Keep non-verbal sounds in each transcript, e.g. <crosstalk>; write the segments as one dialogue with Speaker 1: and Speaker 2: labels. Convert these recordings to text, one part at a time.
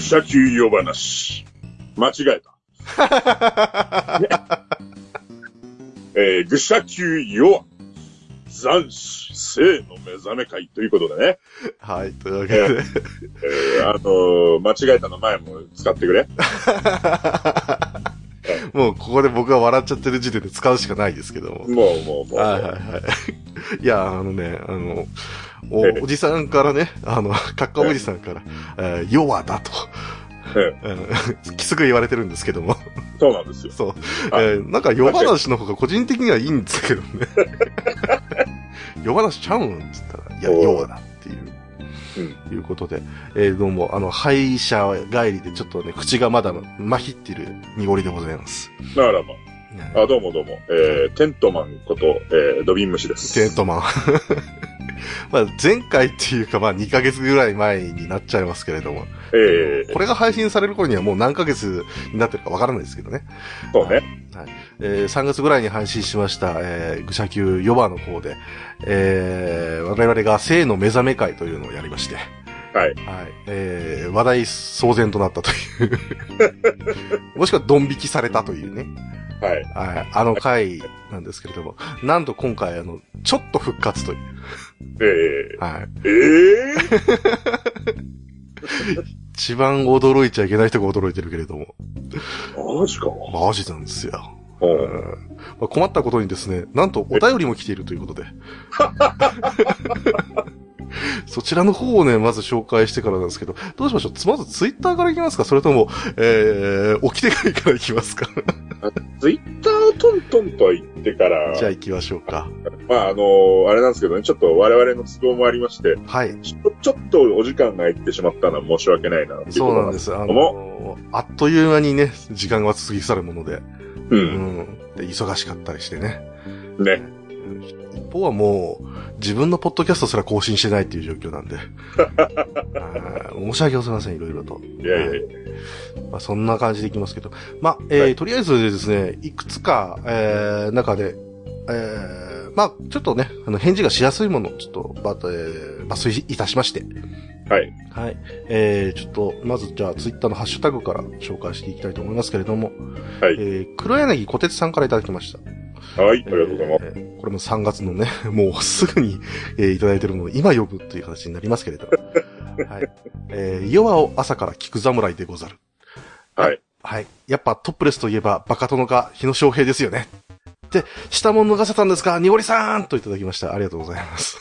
Speaker 1: 車休養話。間違えた。
Speaker 2: <laughs>
Speaker 1: えー、愚者級弱。残死、生の目覚め会ということでね。
Speaker 2: はい、というわ
Speaker 1: <laughs>
Speaker 2: けで。
Speaker 1: えー、あのー間違えたの前も使ってくれ。
Speaker 2: もうここで僕が笑っちゃってる時点で使うしかないですけども。
Speaker 1: もう、もう、もう。
Speaker 2: はいはいはい。いや、あのね、あの、
Speaker 1: ええ
Speaker 2: おおじさんからね、あの、カッカおじさんから、えー弱だと、
Speaker 1: え
Speaker 2: うん <laughs> きつく言われてるんですけども、
Speaker 1: そうなんですよ。
Speaker 2: そう。
Speaker 1: あ
Speaker 2: えーなんか夜話の方が個人的にはいいんですけど
Speaker 1: <laughs>
Speaker 2: ね。夜話ちゃうんって言ったら、いや、
Speaker 1: おう
Speaker 2: 弱だっていう。いうことで、えーどうも、あの、歯医者帰りでちょっとね、口がまだまひってる濁りでございます。
Speaker 1: だからまあ、あ、どうもどうも。えー、テントマンこと、えー、ドビンムシです。
Speaker 2: テントマン。 <laughs> まあ前回っていうかまあ2ヶ月ぐらい前になっちゃいますけれども、
Speaker 1: えー、
Speaker 2: これが配信される頃にはもう何ヶ月になってるかわからないですけどね、
Speaker 1: そうね。
Speaker 2: えー3月ぐらいに配信しました、えー、愚者級4番の方で、えー我々が生の目覚め会というのをやりまして、
Speaker 1: はい。
Speaker 2: はい、えー話題騒然となったという。 <laughs> もしくはドン引きされたというね。
Speaker 1: はい。
Speaker 2: はい。あの回なんですけれども。なんと今回、あの、ちょっと復活という。
Speaker 1: えー、
Speaker 2: はい。
Speaker 1: えー、
Speaker 2: 一番驚いちゃいけない人が驚いてるけれども。
Speaker 1: <laughs> マジか。
Speaker 2: マジなんですよ。
Speaker 1: う
Speaker 2: う
Speaker 1: ん。
Speaker 2: んまあ、困ったことにですね、なんとお便りも来ているということで。 <laughs> そちらの方をね、まず紹介してからなんですけど、どうしましょうまずツイッターからいきますかそれとも、えー、起きてからからいきますか
Speaker 1: ツイッタートントンと言ってから、
Speaker 2: じゃあ行きましょうか。
Speaker 1: まあ、あのーあれなんですけどね、ちょっと我々の都合もありまして、
Speaker 2: はい。
Speaker 1: ちょちょっとお時間がいってしまったのは申し訳ないな、ってい。
Speaker 2: そうなんですす。あのあっという間にね、時間が過ぎ去るもので、
Speaker 1: う。
Speaker 2: うんん。で、忙しかったりしてね。
Speaker 1: ね。
Speaker 2: 一方はもう、自分のポッドキャストすら更新してないっていう状況 <laughs> なんで。あー申し訳ございません、いろいろと。
Speaker 1: いやいやいや。
Speaker 2: まあ、そんな感じでいきますけど。まあ、えー
Speaker 1: はい
Speaker 2: とりあえずですね、いくつか、えー、中で、えー、まあ、ちょっとね、あの、返事がしやすいものを、ちょっと、ば、えー、抜粋いたしまして。
Speaker 1: はい。
Speaker 2: はい。えー、ちょっと、まずじゃあ、ツイッターのハッシュタグから紹介していきたいと思いますけれども。
Speaker 1: はい
Speaker 2: えー、黒柳小鉄さんからいただきました。
Speaker 1: はい、ありがとうございます。
Speaker 2: えーこれも3月のね、 <laughs> もうすぐに、えーいただいてるものを今読むという形になりますけれど。
Speaker 1: <laughs>
Speaker 2: はい。えー、夜話を朝から聞く侍でござる。
Speaker 1: はい。
Speaker 2: はい。やっぱトップレスといえばバカ殿か日野翔平ですよね。で、下も逃せたんですかにごりさんといただきました。ありがとうございます。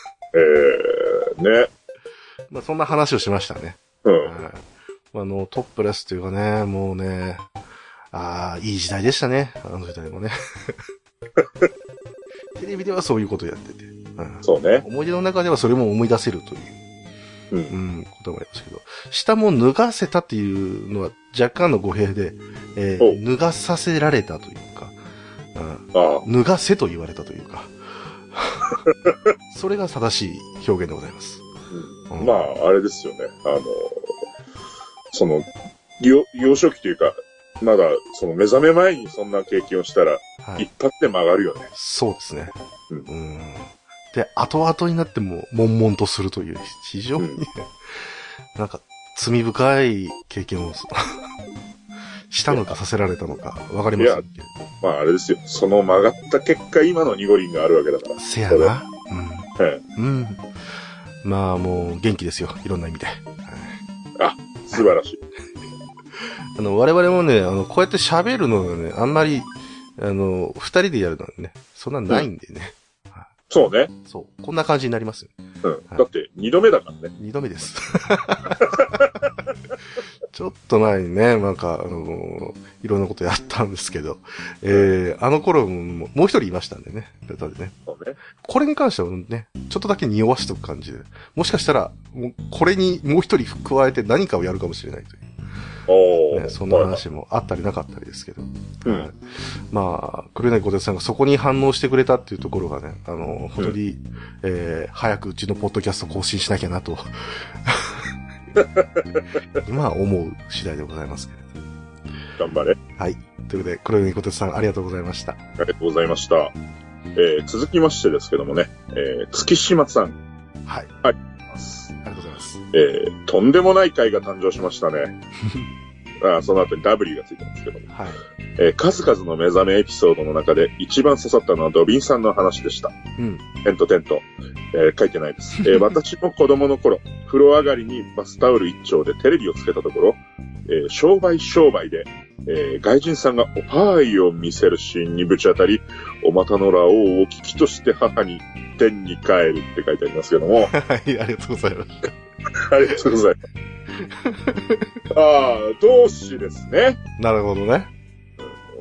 Speaker 1: えー、ね。
Speaker 2: まあそんな話をしましたね。
Speaker 1: うん。
Speaker 2: はい。あの、トップレスというかね、もうね、ああ、いい時代でしたね。あの時代もね。 <laughs> テレビではそういうことやってて。うん
Speaker 1: そうね。
Speaker 2: 思い出の中ではそれも思い出せるとい
Speaker 1: う
Speaker 2: う、うんこともありますけど、下も脱がせたっていうのは若干の語弊で、えー
Speaker 1: お
Speaker 2: 脱がさせられたというか、
Speaker 1: あ
Speaker 2: うん脱がせと言われたというか、それが正しい表現でございます。
Speaker 1: あ、まあ、あれですよね。あのーその、よ幼少期というか、まだ、その目覚め前にそんな経験をしたら、
Speaker 2: はい
Speaker 1: 一。発で曲がるよね。
Speaker 2: そうですね。
Speaker 1: うん
Speaker 2: んで、後々になっても、悶々とするという、非常にね、 <laughs> なんか、罪深い経験を、 <laughs> したのかさせられたのか、わかりませんけど。
Speaker 1: まあ、あれですよ。その曲がった結果、今のニゴリンがあるわけだから。
Speaker 2: せやな。
Speaker 1: ええ
Speaker 2: うん。うん。まあもう元気ですよ。いろんな意味で。
Speaker 1: 素晴らしい。
Speaker 2: あの、我々もね、あの、こうやって喋るのがね、あんまり、あの、二人でやるのはね、そんなんないんでね。
Speaker 1: そうね。
Speaker 2: そう。こんな感じになります。
Speaker 1: うん。だって、二度目だからね。
Speaker 2: 二度目です。 <laughs> ちょっと前にね、なんか、あのいろんなことやったんですけど、えー、あの頃も、もう一人いましたんでね、ベタでね。
Speaker 1: そうね。
Speaker 2: これに関してはね、ちょっとだけ匂わしとく感じで。もしかしたら、もうこれにもう一人加えて何かをやるかもしれないという。
Speaker 1: おー。
Speaker 2: ね、そんな話もあったりなかったりですけど。
Speaker 1: うん。
Speaker 2: まあ、黒柳小鉄さんがそこに反応してくれたっていうところがね、あの、本当に、えー、早くうちのポッドキャスト更新しなきゃ <laughs> なと、今は思う次第でございますけれど。
Speaker 1: 頑張れ。
Speaker 2: はい。ということで、黒柳小鉄さんありがとうございました。
Speaker 1: ありがとうございました。えー、続きましてですけどもね、えー、月島さん。
Speaker 2: はい。
Speaker 1: はい。ます。
Speaker 2: ありがとうございます。
Speaker 1: えー、とんでもない回が誕生しました
Speaker 2: <laughs>
Speaker 1: ね。あーその後に W がついてますけども。
Speaker 2: はい。 <laughs>
Speaker 1: えー数々の目覚めエピソードの中で一番刺さったのはドビンさんの話でした。
Speaker 2: うん。
Speaker 1: テントテント。えー書いてないです。
Speaker 2: <laughs>
Speaker 1: えー私も子供の頃、風呂上がりにバスタオル一丁でテレビをつけたところ、えー商売商売で、えー外人さんがおパイを見せるシーンにぶち当たり、お股の羅をお聞きとして母に天に帰るって書いてありますけど
Speaker 2: <laughs>
Speaker 1: も、
Speaker 2: はい、ありがとうございます。
Speaker 1: ありがとうございます。ああ、同志ですね。
Speaker 2: なるほどね。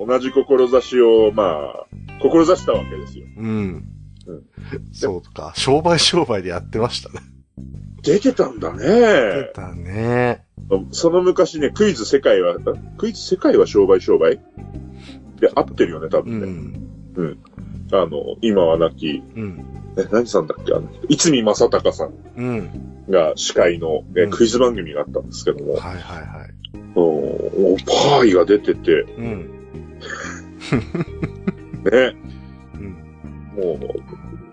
Speaker 1: 同じ志を、まあ、志したわけですよ。
Speaker 2: うん
Speaker 1: うん。
Speaker 2: そうか。商売商売でやってましたね。
Speaker 1: できたんだ
Speaker 2: 出
Speaker 1: ね。
Speaker 2: たね。
Speaker 1: その昔ね、クイズ世界は、クイズ世界は商売商売で合ってるよね、多
Speaker 2: う
Speaker 1: 分ね。
Speaker 2: ん。
Speaker 1: あの、今は亡き、
Speaker 2: うん。
Speaker 1: え、何さんだっけあの人、いつみまさたかさん
Speaker 2: うん。
Speaker 1: が司会の、ね
Speaker 2: うん
Speaker 1: クイズ番組があったんですけども、
Speaker 2: はいはいは
Speaker 1: うん、おパーイが出てて、
Speaker 2: い。うん。
Speaker 1: ね、
Speaker 2: うん。
Speaker 1: もう、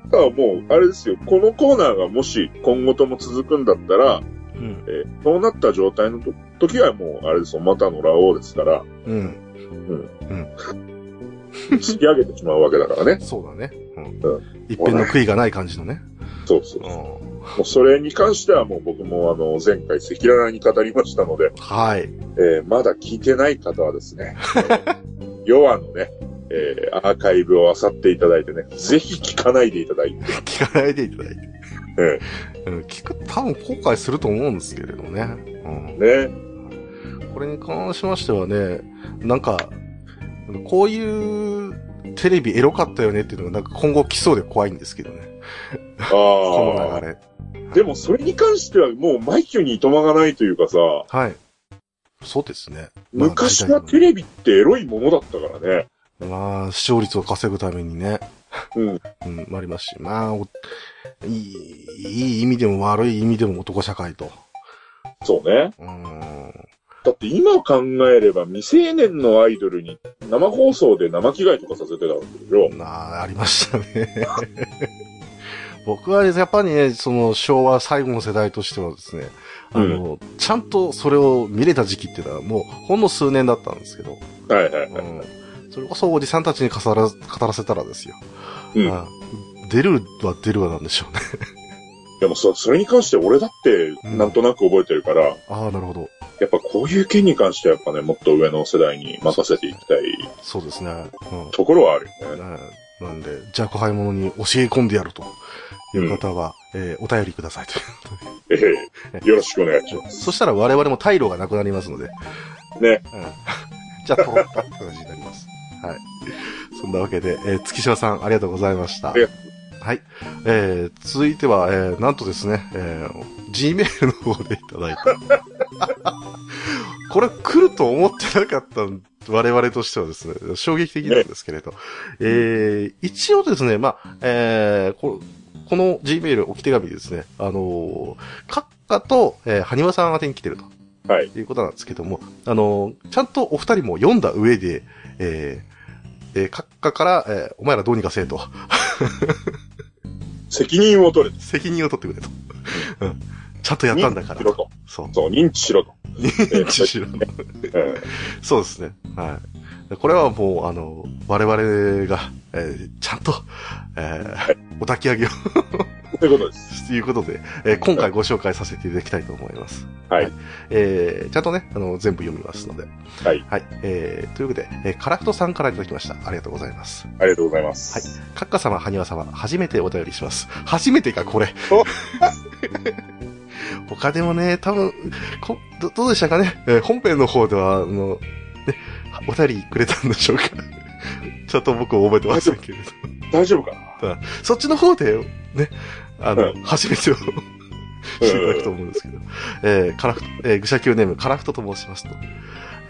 Speaker 1: だからもう、あれですよ、このコーナーがもし今後とも続くんだったら、
Speaker 2: うん。
Speaker 1: えーそうなった状態のと時はもう、あれですよ、またのラオウですから、
Speaker 2: うん。
Speaker 1: 突き上げてしまうわけだからね。
Speaker 2: そうだね。うん
Speaker 1: う。
Speaker 2: 一辺の悔いがない感じのね。
Speaker 1: そうそう
Speaker 2: う
Speaker 1: そう。
Speaker 2: ん。
Speaker 1: もうそれに関してはもう僕もあの、前回赤裸々に語りましたので、
Speaker 2: はい。 <laughs>
Speaker 1: えーまだ聞いてない方はですね、ヨアのね、えーアーカイブを漁っていただいてね、ぜひ聞かないでいただいて、
Speaker 2: 聞かないでいただいて。
Speaker 1: え
Speaker 2: うん。聞く、多分後悔すると思うんですけれどね。うん。
Speaker 1: えね。
Speaker 2: これに関しましてはね、なんか、こういうテレビエロかったよねっていうのがなんか今後来そうで怖いんですけどね。こ
Speaker 1: あ
Speaker 2: の
Speaker 1: あ
Speaker 2: 流。れ。
Speaker 1: でもそれに関してはもうマイキューにいとまがないというかさ、
Speaker 2: はい。そうですね。
Speaker 1: 昔はテレビってエロいものだったからね。
Speaker 2: まあ、視聴率を稼ぐためにね。
Speaker 1: うん。
Speaker 2: うん、もありますし。まあ、おいい、いい意味でも悪い意味でも男社会と。
Speaker 1: そうね。
Speaker 2: うーん。
Speaker 1: だって今考えれば未成年のアイドルに生放送で生着替えとかさせてたわけでしょ。
Speaker 2: なあ、ありましたね。 <laughs> 僕はやっぱりね、その昭和最後の世代としてはですね、あの、ちゃんとそれを見れた時期っていうのはもうほんの数年だったんですけど、
Speaker 1: はいはいはい。
Speaker 2: うん。それこそおじさんたちに語ら語らせたらですよ。
Speaker 1: うん
Speaker 2: あ出るは出るはなんでしょうね。
Speaker 1: でもそ、それに関して俺だって、
Speaker 2: うん
Speaker 1: なんとなく覚えてるから、や
Speaker 2: ああ、なるほど。
Speaker 1: っぱこういう件に関してはやっぱね、もっと上の世代に任せていきたい
Speaker 2: そうですね。うん。
Speaker 1: ところはあるよね。
Speaker 2: ねなんで、弱敗者に教え込んでやるという方は、えーお便りくださいという。
Speaker 1: ええ、よろしくお願いします。
Speaker 2: そしたら我々も退路がなくなりますので。
Speaker 1: ね。
Speaker 2: うん。 <laughs> じゃあ、とろったって感じになります。はい。そんなわけで、えー月島さん、ありがとうございました。
Speaker 1: ありがと
Speaker 2: はい。えー、続いては、えー、なんとですね、えー、Gmail の方でいただいた。 <laughs> これ来ると思ってなかったん我々としてはですね、衝撃的なんですけれど。えー、一応ですね、まあ、えー、ここの Gmail 置き手紙ですね、あのー、閣下と、えー、埴輪さん宛てに来てると。
Speaker 1: はい。
Speaker 2: ということなんですけども、あの、ちゃんとお二人も読んだ上で、えー、えー、閣下から、えーお前らどうにかせえと、
Speaker 1: 責任を取れと。
Speaker 2: 責任を取ってくれと。うん。ちゃんとやったんだか
Speaker 1: 認知しろ。
Speaker 2: ら
Speaker 1: と。
Speaker 2: そう。
Speaker 1: そう、認知しろと。
Speaker 2: <laughs> 認知しろ。
Speaker 1: え
Speaker 2: そうですね。はい。これはもう、あの、我々が、えーちゃんと、えーお焚き上げを
Speaker 1: えということです。
Speaker 2: ということで、えー今回ご紹介させていただきたいと思います。
Speaker 1: はい
Speaker 2: えーちゃんとね、あの、全部読みますので。
Speaker 1: はい。
Speaker 2: はい。えーということで、えー、カラフトさんからいただきました。ありがとうございます。
Speaker 1: ありがとうございます。
Speaker 2: はいカッカ様、ハニワ様、初めてお便りします。初めてか、これ
Speaker 1: お。
Speaker 2: <laughs> 他でもね、多分、こどどうでしたかね、えー本編の方では、あの、ね、お便りくれたんでしょうか <laughs> ちょっと僕覚えてませんけれど。
Speaker 1: 大丈夫かな
Speaker 2: そっちの方で、ね、あの、初めてをしていただくと思うんですけど、えー、カラフト、えー、愚者級ネーム、カラフトと申しますと、
Speaker 1: はい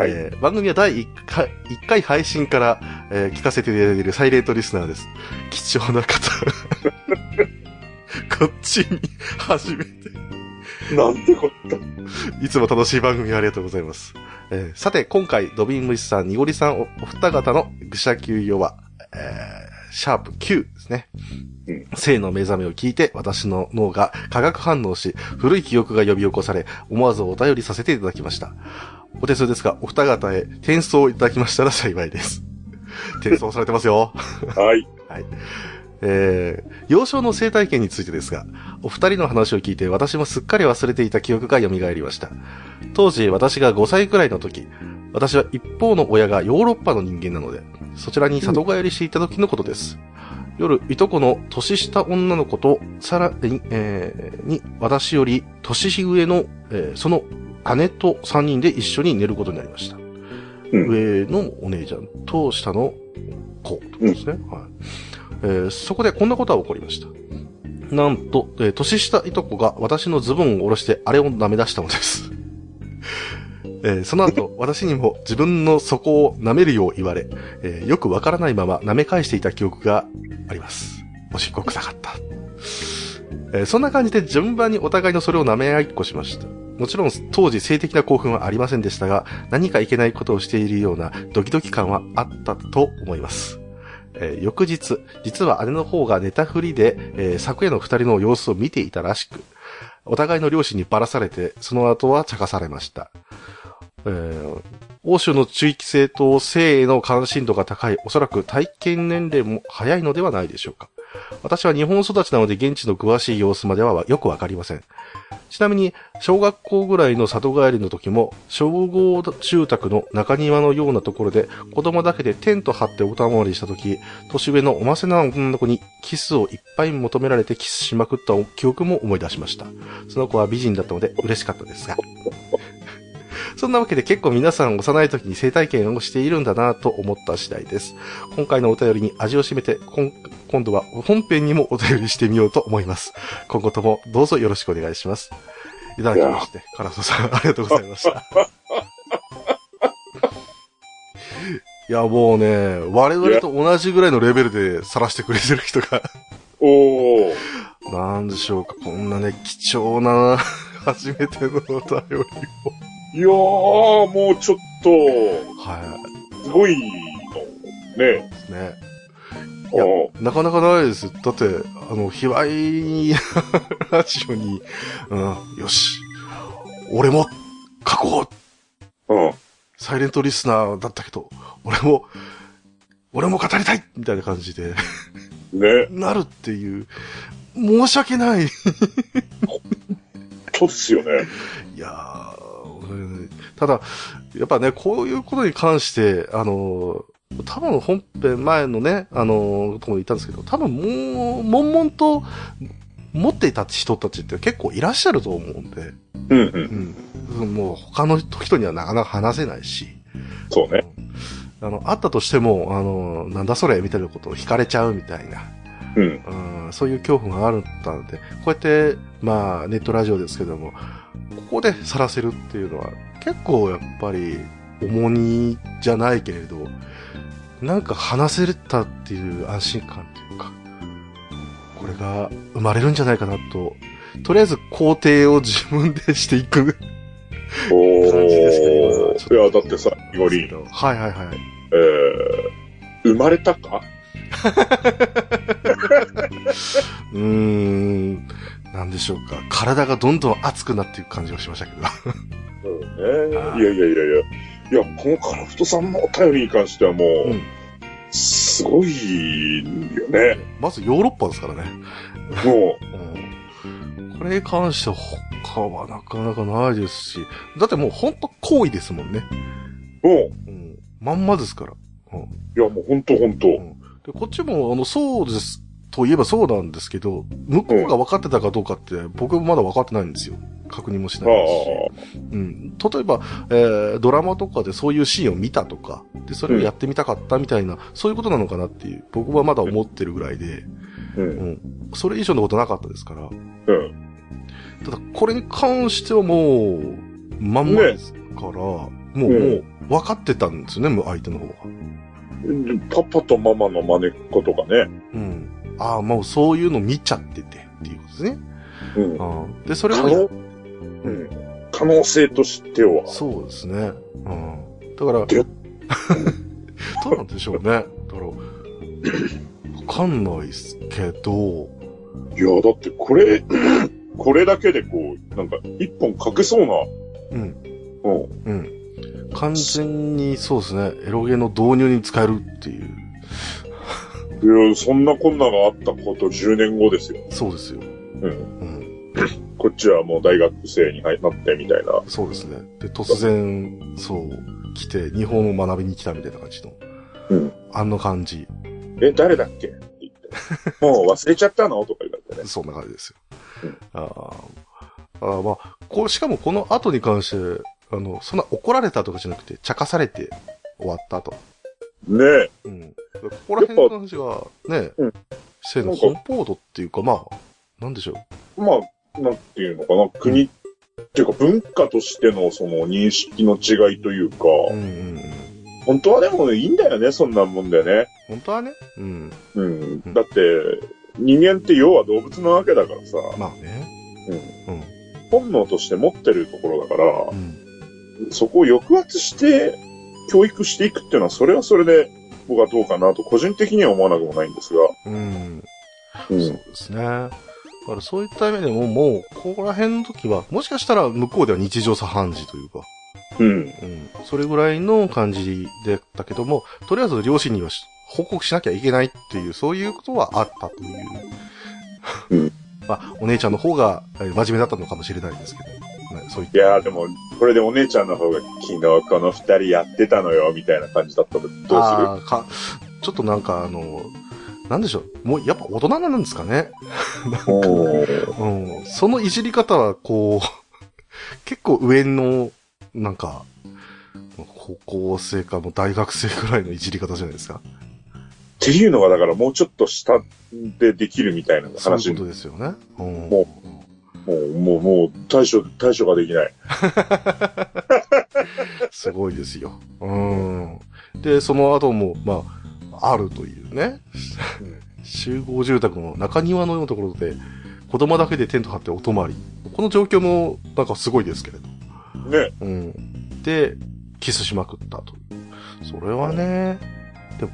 Speaker 2: えー番組は第1回、1回配信から、えー聞かせていただいているサイレントリスナーです。貴重な方。 <laughs> こっちに、初めて。
Speaker 1: なんてこった。
Speaker 2: <laughs> いつも楽しい番組ありがとうございます。えーさて、今回、ドビンムシさん、ニゴリさんお、お二方の愚者級ヨは、えーシャープ9ですね。
Speaker 1: うん
Speaker 2: 性の目覚めを聞いて、私の脳が化学反応し、古い記憶が呼び起こされ、思わずお便りさせていただきました。お手数ですが、お二方へ転送をいただきましたら幸いです。転送されてますよ。
Speaker 1: はい。
Speaker 2: えー、幼少の生態験についてですが、お二人の話を聞いて私もすっかり忘れていた記憶が蘇りました。当時私が5歳くらいの時、私は一方の親がヨーロッパの人間なので、そちらに里帰りしていた時のことです。夜、いとこの年下女の子と、さらに、えーに、私より年上の、えーその姉と三人で一緒に寝ることになりました。
Speaker 1: うん
Speaker 2: 上のお姉ちゃんと下の子とことですね。はい。えーそこでこんなことは起こりました。なんと、えー年下いとこが私のズボンを下ろしてあれを舐め出したのです。 <laughs> えーその後、私にも自分の底を舐めるよう言われ、えーよくわからないまま舐め返していた記憶があります。おしっこ臭かった。えーそんな感じで順番にお互いのそれを舐め合いっこしました。もちろん当時性的な興奮はありませんでしたが、何かいけないことをしているようなドキドキ感はあったと思います。えー翌日、実は姉の方が寝たふりで、えー昨夜の二人の様子を見ていたらしく、お互いの両親にばらされて、その後は茶化されました。えー欧州の地域性と性への関心度が高い、おそらく体験年齢も早いのではないでしょうか。私は日本育ちなので現地の詳しい様子まではよくわかりません。ちなみに、小学校ぐらいの里帰りの時も、集合住宅の中庭のようなところで、子供だけでテント張っておたまりした時、年上のおませな女の子にキスをいっぱい求められてキスしまくった記憶も思い出しました。その子は美人だったので嬉しかったですが。 <laughs> そんなわけで結構皆さん幼い時に生体験をしているんだなと思った次第です。今回のお便りに味を占めて、こん今度は本編にもお便りしてみようと思います。今後ともどうぞよろしくお願いします。いただきまして、カラソさん、ありがとうございました。いや、もうね、我々と同じぐらいのレベルで晒してくれてる人が、
Speaker 1: おー。
Speaker 2: なんでしょうか、こんなね、貴重な、 <laughs> 初めてのお便りを。
Speaker 1: いやー、もうちょっと、
Speaker 2: は
Speaker 1: すごいの。ね。
Speaker 2: い。ね。
Speaker 1: あ
Speaker 2: いや
Speaker 1: ー
Speaker 2: なかなかないです。だって、あの、卑猥ラジオに、 <laughs> うん、よし、俺も書こう
Speaker 1: うん。
Speaker 2: サイレントリスナーだったけど、俺も、俺も語りたいみたいな感じで、
Speaker 1: ね。
Speaker 2: なるっていう、申し訳ない。い
Speaker 1: そうっすよね。
Speaker 2: やー俺ただ、やっぱね、こういうことに関して、あのー、多分本編前のね、あのーところにいたんですけど、多分もう、悶々と持っていた人たちって結構いらっしゃると思うんで、
Speaker 1: うんうん。
Speaker 2: うん。もう他の人にはなかなか話せないし、
Speaker 1: そうね。
Speaker 2: あの、あったとしても、あの、なんだそれみたいなことを惹かれちゃうみたいな、
Speaker 1: うん。
Speaker 2: うん、そういう恐怖があるったので、こうやって、まあ、ネットラジオですけども、ここで晒せるっていうのは、結構やっぱり、重荷じゃないけれど、なんか話せれたっていう安心感というか、これが生まれるんじゃないかなと、とりあえず工程を自分でしていく
Speaker 1: お
Speaker 2: 感じですけど今はち
Speaker 1: ー。い
Speaker 2: ょ
Speaker 1: や、
Speaker 2: っと
Speaker 1: だってさ、イゴリン、
Speaker 2: はいはいはい。
Speaker 1: えー、生まれたか
Speaker 2: うーん、なんでしょうか。体がどんどん熱くなっていく感じがしましたけど。
Speaker 1: そう
Speaker 2: あー
Speaker 1: ね。いやいやいやいや。いや、このカラフトさんのお便りに関してはもう、
Speaker 2: うん
Speaker 1: すごいよね。
Speaker 2: まずヨーロッパですからね。
Speaker 1: も
Speaker 2: うん、これに関しては他はなかなかないですし、だってもうほんと行為ですもんね。
Speaker 1: う、も
Speaker 2: うん、まんまですから。
Speaker 1: う、いやもうほんとほんと。
Speaker 2: で、こっちも、あの、そうです、といえばそうなんですけど、向こうが分かってたかどうかって、僕もまだ分かってないんですよ。確認もし
Speaker 1: あ
Speaker 2: ないですし。うん、例えば、えードラマとかでそういうシーンを見たとか、で、それをやってみたかったみたいな、そういうことなのかなっていう、僕はまだ思ってるぐらいで、
Speaker 1: あ。う。
Speaker 2: うんん、それ以上のことなかったですから、
Speaker 1: うん。
Speaker 2: ただ、これに関してはもう、まんまですから、もう、もう、分かってたんですよね、もう相手の方が。
Speaker 1: パパとママの真似っ子とかね。
Speaker 2: うん。ああ、もうそういうの見ちゃってて、っていうことですね。
Speaker 1: うん。
Speaker 2: あーで、それ
Speaker 1: 可
Speaker 2: をや
Speaker 1: 能、うん。可能性としては。
Speaker 2: そうですね。 <laughs> うん。だから、
Speaker 1: で
Speaker 2: どうなんでしょうね。だから、かんないっすけど、
Speaker 1: いや、だってこれ、 <clears throat> これだけでこう、なんか一本かけそうな、
Speaker 2: うん、
Speaker 1: うん。
Speaker 2: うん。完全にそうですね、エロゲの導入に使えるっていう、
Speaker 1: いや、そんなこんながあったこと10年後ですよ。
Speaker 2: そうですよ。
Speaker 1: ん
Speaker 2: うん。
Speaker 1: こっちはもう大学生になってみたいな。
Speaker 2: そうですね。で、突然、そう、来て、日本を学びに来たみたいな感じの。
Speaker 1: うん。
Speaker 2: あの感じ。
Speaker 1: え、誰だっけって言
Speaker 2: <laughs>
Speaker 1: って。もう忘れちゃったのとか言われてね。
Speaker 2: そんな感じです
Speaker 1: う
Speaker 2: よ
Speaker 1: ん。
Speaker 2: あーあー、まあ、こう、しかもこの後に関して、あの、そんな怒られたとかじゃなくて、茶化されて終わったと。
Speaker 1: ねえ。
Speaker 2: うん。ここら辺の話は、ね、
Speaker 1: うん
Speaker 2: せいの
Speaker 1: なんか
Speaker 2: 本ポードっていうか、まあ、なんでしょう。
Speaker 1: まあ、なんていうのかな、国、っていうか文化としてのその認識の違いというか、
Speaker 2: うんうんうん。
Speaker 1: 本当はでもいいんだよね、そんなもんでね。
Speaker 2: 本当はね、うん。
Speaker 1: うん
Speaker 2: うん。
Speaker 1: だって、人間って要は動物なわけだからさ、
Speaker 2: まあね。
Speaker 1: 本能として持ってるところだか
Speaker 2: うん。
Speaker 1: ら、そこを抑圧して教育していくっていうのは、それはそれで僕はどうかなと個人的には思わなくもないんですが、
Speaker 2: うん。
Speaker 1: う
Speaker 2: そうで
Speaker 1: ん。
Speaker 2: すね。だからそういった意味でも、もう、ここら辺の時は、もしかしたら向こうでは日常茶飯事というか、
Speaker 1: うん。
Speaker 2: うん。それぐらいの感じで、だけども、とりあえず両親にはし報告しなきゃいけないっていう、そういうことはあったという。
Speaker 1: うん
Speaker 2: まあ、お姉ちゃんの方がえー真面目だったのかもしれないですけど、ね、そういっ
Speaker 1: いやーでも、これでお姉ちゃんの方が昨日この二人やってたのよ、みたいな感じだったらどうする
Speaker 2: あーか、ちょっとなんかあの、なんでしょう、もうやっぱ大人なんですかね。
Speaker 1: おー
Speaker 2: うん。そのいじり方はこう、 <laughs> 結構上の、なんか、高校生かもう大学生くらいのいじり方じゃないですか。
Speaker 1: っていうのが、だからもうちょっと下でできるみたいな
Speaker 2: そうい
Speaker 1: 話
Speaker 2: うことですよね。うん。
Speaker 1: ももう、もう、もう、対処、対処ができない。
Speaker 2: すごいですよ。うん。で、その後も、まあ、あるというね。集合住宅の中庭のようなところで、子供だけでテント張ってお泊まり。この状況も、なんかすごいですけれど。
Speaker 1: ね。
Speaker 2: うん。で、キスしまくったと。それはね、でも、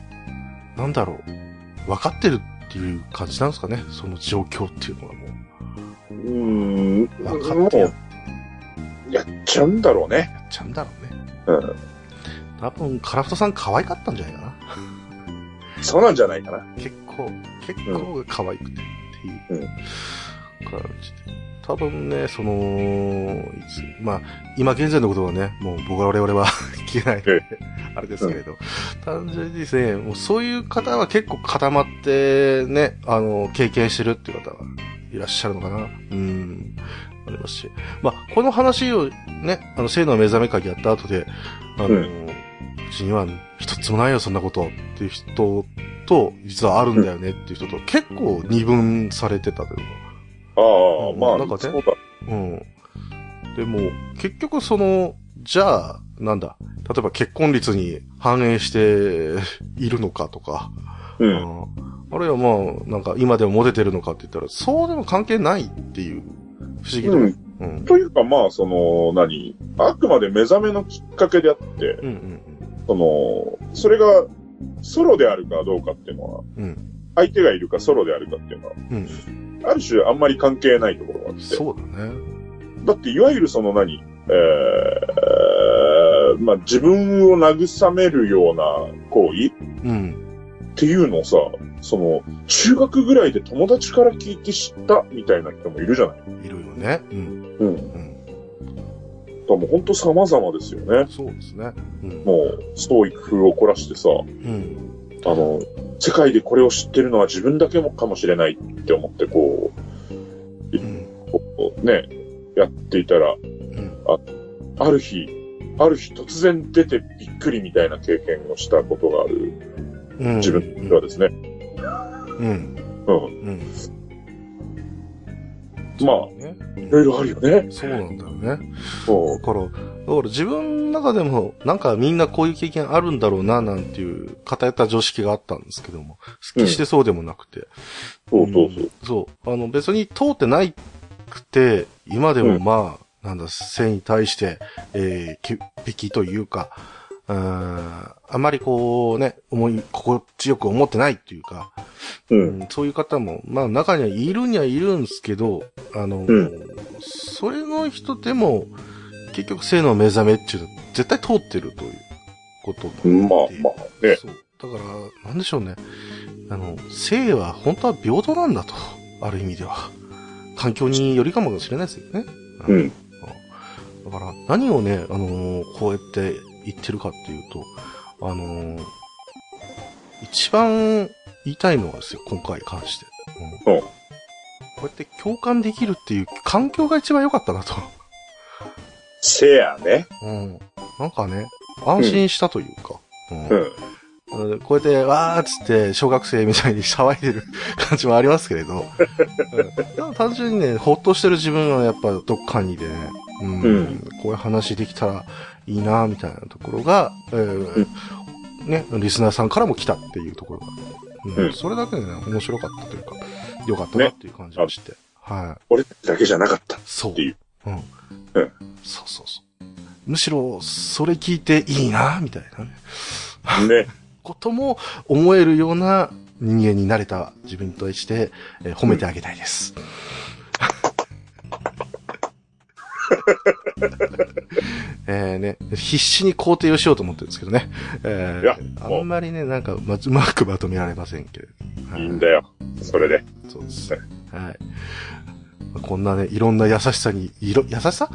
Speaker 2: なんだろう。分かってるっていう感じなんですかね。その状況っていうのはも
Speaker 1: うーん。
Speaker 2: う。分かってや
Speaker 1: も
Speaker 2: っ
Speaker 1: う、やっちゃうんだろうね。
Speaker 2: ちゃうんだろうね。
Speaker 1: うん。
Speaker 2: 多分、カラフトさん可愛かったんじゃないかな。
Speaker 1: そうなんじゃないかな。
Speaker 2: 結構、結構可愛くてっていう感じで。多分ね、その、いつ、まあ、今現在のことはね、もう僕は我々は <laughs> 聞けないので、あれですけれど、単純にですね、もうそういう方は結構固まってね、あの、経験してるっていう方はいらっしゃるのかな。うん。ありますし。まあ、この話をね、あの、性の目覚め会議やった後で、あの、う
Speaker 1: うん
Speaker 2: ちには一つもないよ、そんなことっていう人と、実はあるんだよねっていう人と、結構二分されてたというか。
Speaker 1: ああ、
Speaker 2: うん
Speaker 1: まあ、
Speaker 2: なんかね
Speaker 1: そうだ。
Speaker 2: うん。でも、結局その、じゃあ、なんだ、例えば結婚率に反映しているのかとか、
Speaker 1: うん。
Speaker 2: あるいはまあ、なんか今でもモテてるのかって言ったら、そうでも関係ないっていう、不思議な。
Speaker 1: う
Speaker 2: うん。
Speaker 1: ん。
Speaker 2: うん。
Speaker 1: というか、まあ、その、何あくまで目覚めのきっかけであって、
Speaker 2: うんうん
Speaker 1: その、それが、ソロであるかどうかっていうのは、
Speaker 2: うん。
Speaker 1: 相手がいるかソロであるかっていうのは、
Speaker 2: うん。
Speaker 1: ある種あんまり関係ないところがあって。
Speaker 2: そうだね。
Speaker 1: だって、いわゆるその何、えー、まあ、自分を慰めるような行為
Speaker 2: うん。
Speaker 1: っていうのをさ、その、中学ぐらいで友達から聞いて知ったみたいな人もいるじゃない。
Speaker 2: いるよね。うん。
Speaker 1: うん。
Speaker 2: うん。
Speaker 1: だからもう本当様々ですよね。
Speaker 2: そうですね。うん。
Speaker 1: もう、創意工夫を凝らしてさ、
Speaker 2: うん。
Speaker 1: あの、世界でこれを知ってるのは自分だけもかもしれないって思って、こ
Speaker 2: うん。
Speaker 1: う、こうね、やっていたら、
Speaker 2: うん。
Speaker 1: ある日、ある日突然出てびっくりみたいな経験をしたことがある
Speaker 2: うん。
Speaker 1: 自分ではですね。
Speaker 2: うん。
Speaker 1: うん。
Speaker 2: うん。
Speaker 1: まあ、
Speaker 2: ね。
Speaker 1: いろいろあるよね。
Speaker 2: そうなんだよね。
Speaker 1: う
Speaker 2: だから、だから自分の中でも、なんかみんなこういう経験あるんだろうな、なんていう、偏った常識があったんですけども、決してそうでもなくて。
Speaker 1: そうそうそ
Speaker 2: ん
Speaker 1: う。
Speaker 2: そう。あの、別に通ってないくて、今でもまあ、なんだ、性に対して、えー、潔癖というか、うん、あまりこうね、思い、心地よく思ってないっていうか、
Speaker 1: う。
Speaker 2: うんん、そういう方も、まあ中にはいるにはいるんですけど、あの、
Speaker 1: うん
Speaker 2: それの人でも、結局性の目覚めっていうのは絶対通ってるということもあって
Speaker 1: まあまあね。
Speaker 2: そう。だから、なんでしょうね。あの、性は本当は平等なんだと。ある意味では。環境によりかもしれないですよね。
Speaker 1: うん。
Speaker 2: だから、何をね、あのーこうやって言ってるかっていうと、あのー一番言いたいのはですよ、今回に関して。うん
Speaker 1: お
Speaker 2: こうやって共感できるっていう環境が一番良かったなと。
Speaker 1: せやね。
Speaker 2: うん。なんかね、安心したというか。うん
Speaker 1: うん。
Speaker 2: なのでこうやって、わーっつって、小学生みたいに騒いでる感じもありますけれ
Speaker 1: <laughs>
Speaker 2: ど、うんただ単純にね、ほっとしてる自分がやっぱどっかにでね、うん
Speaker 1: うん
Speaker 2: こういう話できたらいいなみたいなところが、えー
Speaker 1: うん
Speaker 2: ね、リスナーさんからも来たっていうところが、うん
Speaker 1: うん
Speaker 2: それだけでね、面白かったというか、良かったなっていう感じがして、はい。
Speaker 1: 俺だけじゃなかった。
Speaker 2: そう。
Speaker 1: っていう。
Speaker 2: うん。
Speaker 1: うん
Speaker 2: そうそうそう。むしろ、それ聞いていいなみたいなね。
Speaker 1: ね。
Speaker 2: ことも思えるような人間になれた自分に対して、えー褒めてあげた
Speaker 1: <laughs>
Speaker 2: いです。えーね、必死に肯定をしようと思ってるんですけどね。え
Speaker 1: いや
Speaker 2: ー、あんまりね、なんかま、うまくまとめられませんけれど。はい
Speaker 1: いんだよ。それで。
Speaker 2: そうです。はい。こんなね、いろんな優しさに、いろ、優しさ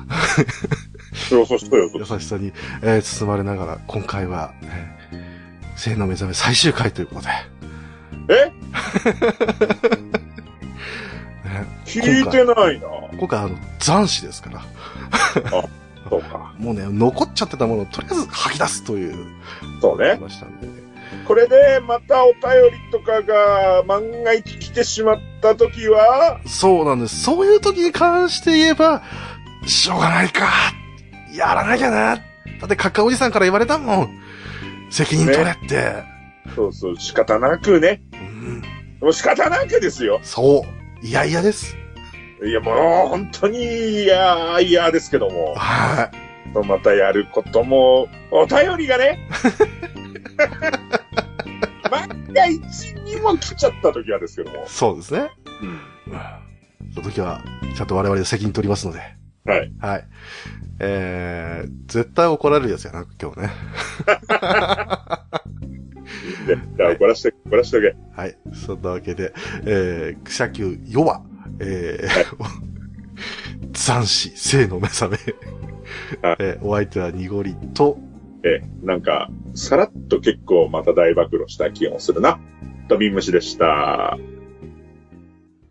Speaker 1: そうそうそうよ。
Speaker 2: 優しさに、えー包まれながら、今回は、えー性の目覚め最終回ということで。
Speaker 1: え
Speaker 2: <laughs> ね
Speaker 1: 聞いてないな。
Speaker 2: 今回あの、残死ですから。
Speaker 1: そうか。
Speaker 2: もうね、残っちゃってたものをとりあえず吐き出すという、
Speaker 1: そうね。
Speaker 2: ましたんでね。
Speaker 1: これで、またお便りとかが万が一来てしまったときは、
Speaker 2: そうなんです。そういう時に関して言えば、しょうがないか。やらなきゃな。だって、カッカおじさんから言われたもん。責任取れって。
Speaker 1: そうそう、仕方なくね。
Speaker 2: うん、
Speaker 1: もう仕方なくですよ。
Speaker 2: そう。いやいやです。
Speaker 1: いや、もう本当に、いや、いやですけども。
Speaker 2: は
Speaker 1: またやることも、お便りがね。
Speaker 2: <laughs>
Speaker 1: 万が一にも来ちゃったときはですけども
Speaker 2: い。。そうですね。
Speaker 1: うん
Speaker 2: うんその時は、ちゃんと我々で責任取りますので。
Speaker 1: はい。
Speaker 2: はい。えー、絶対怒られるやつやな、今日ね。
Speaker 1: で、じゃあ怒らして、怒らしておけ。
Speaker 2: はい。そんなわけで、えー、草球4話、えー、 <laughs> 残死、生の目覚め
Speaker 1: はい。
Speaker 2: えー、お相手は濁りと、
Speaker 1: え、なんか、さらっと結構また大暴露した気がするな。飛び虫でした。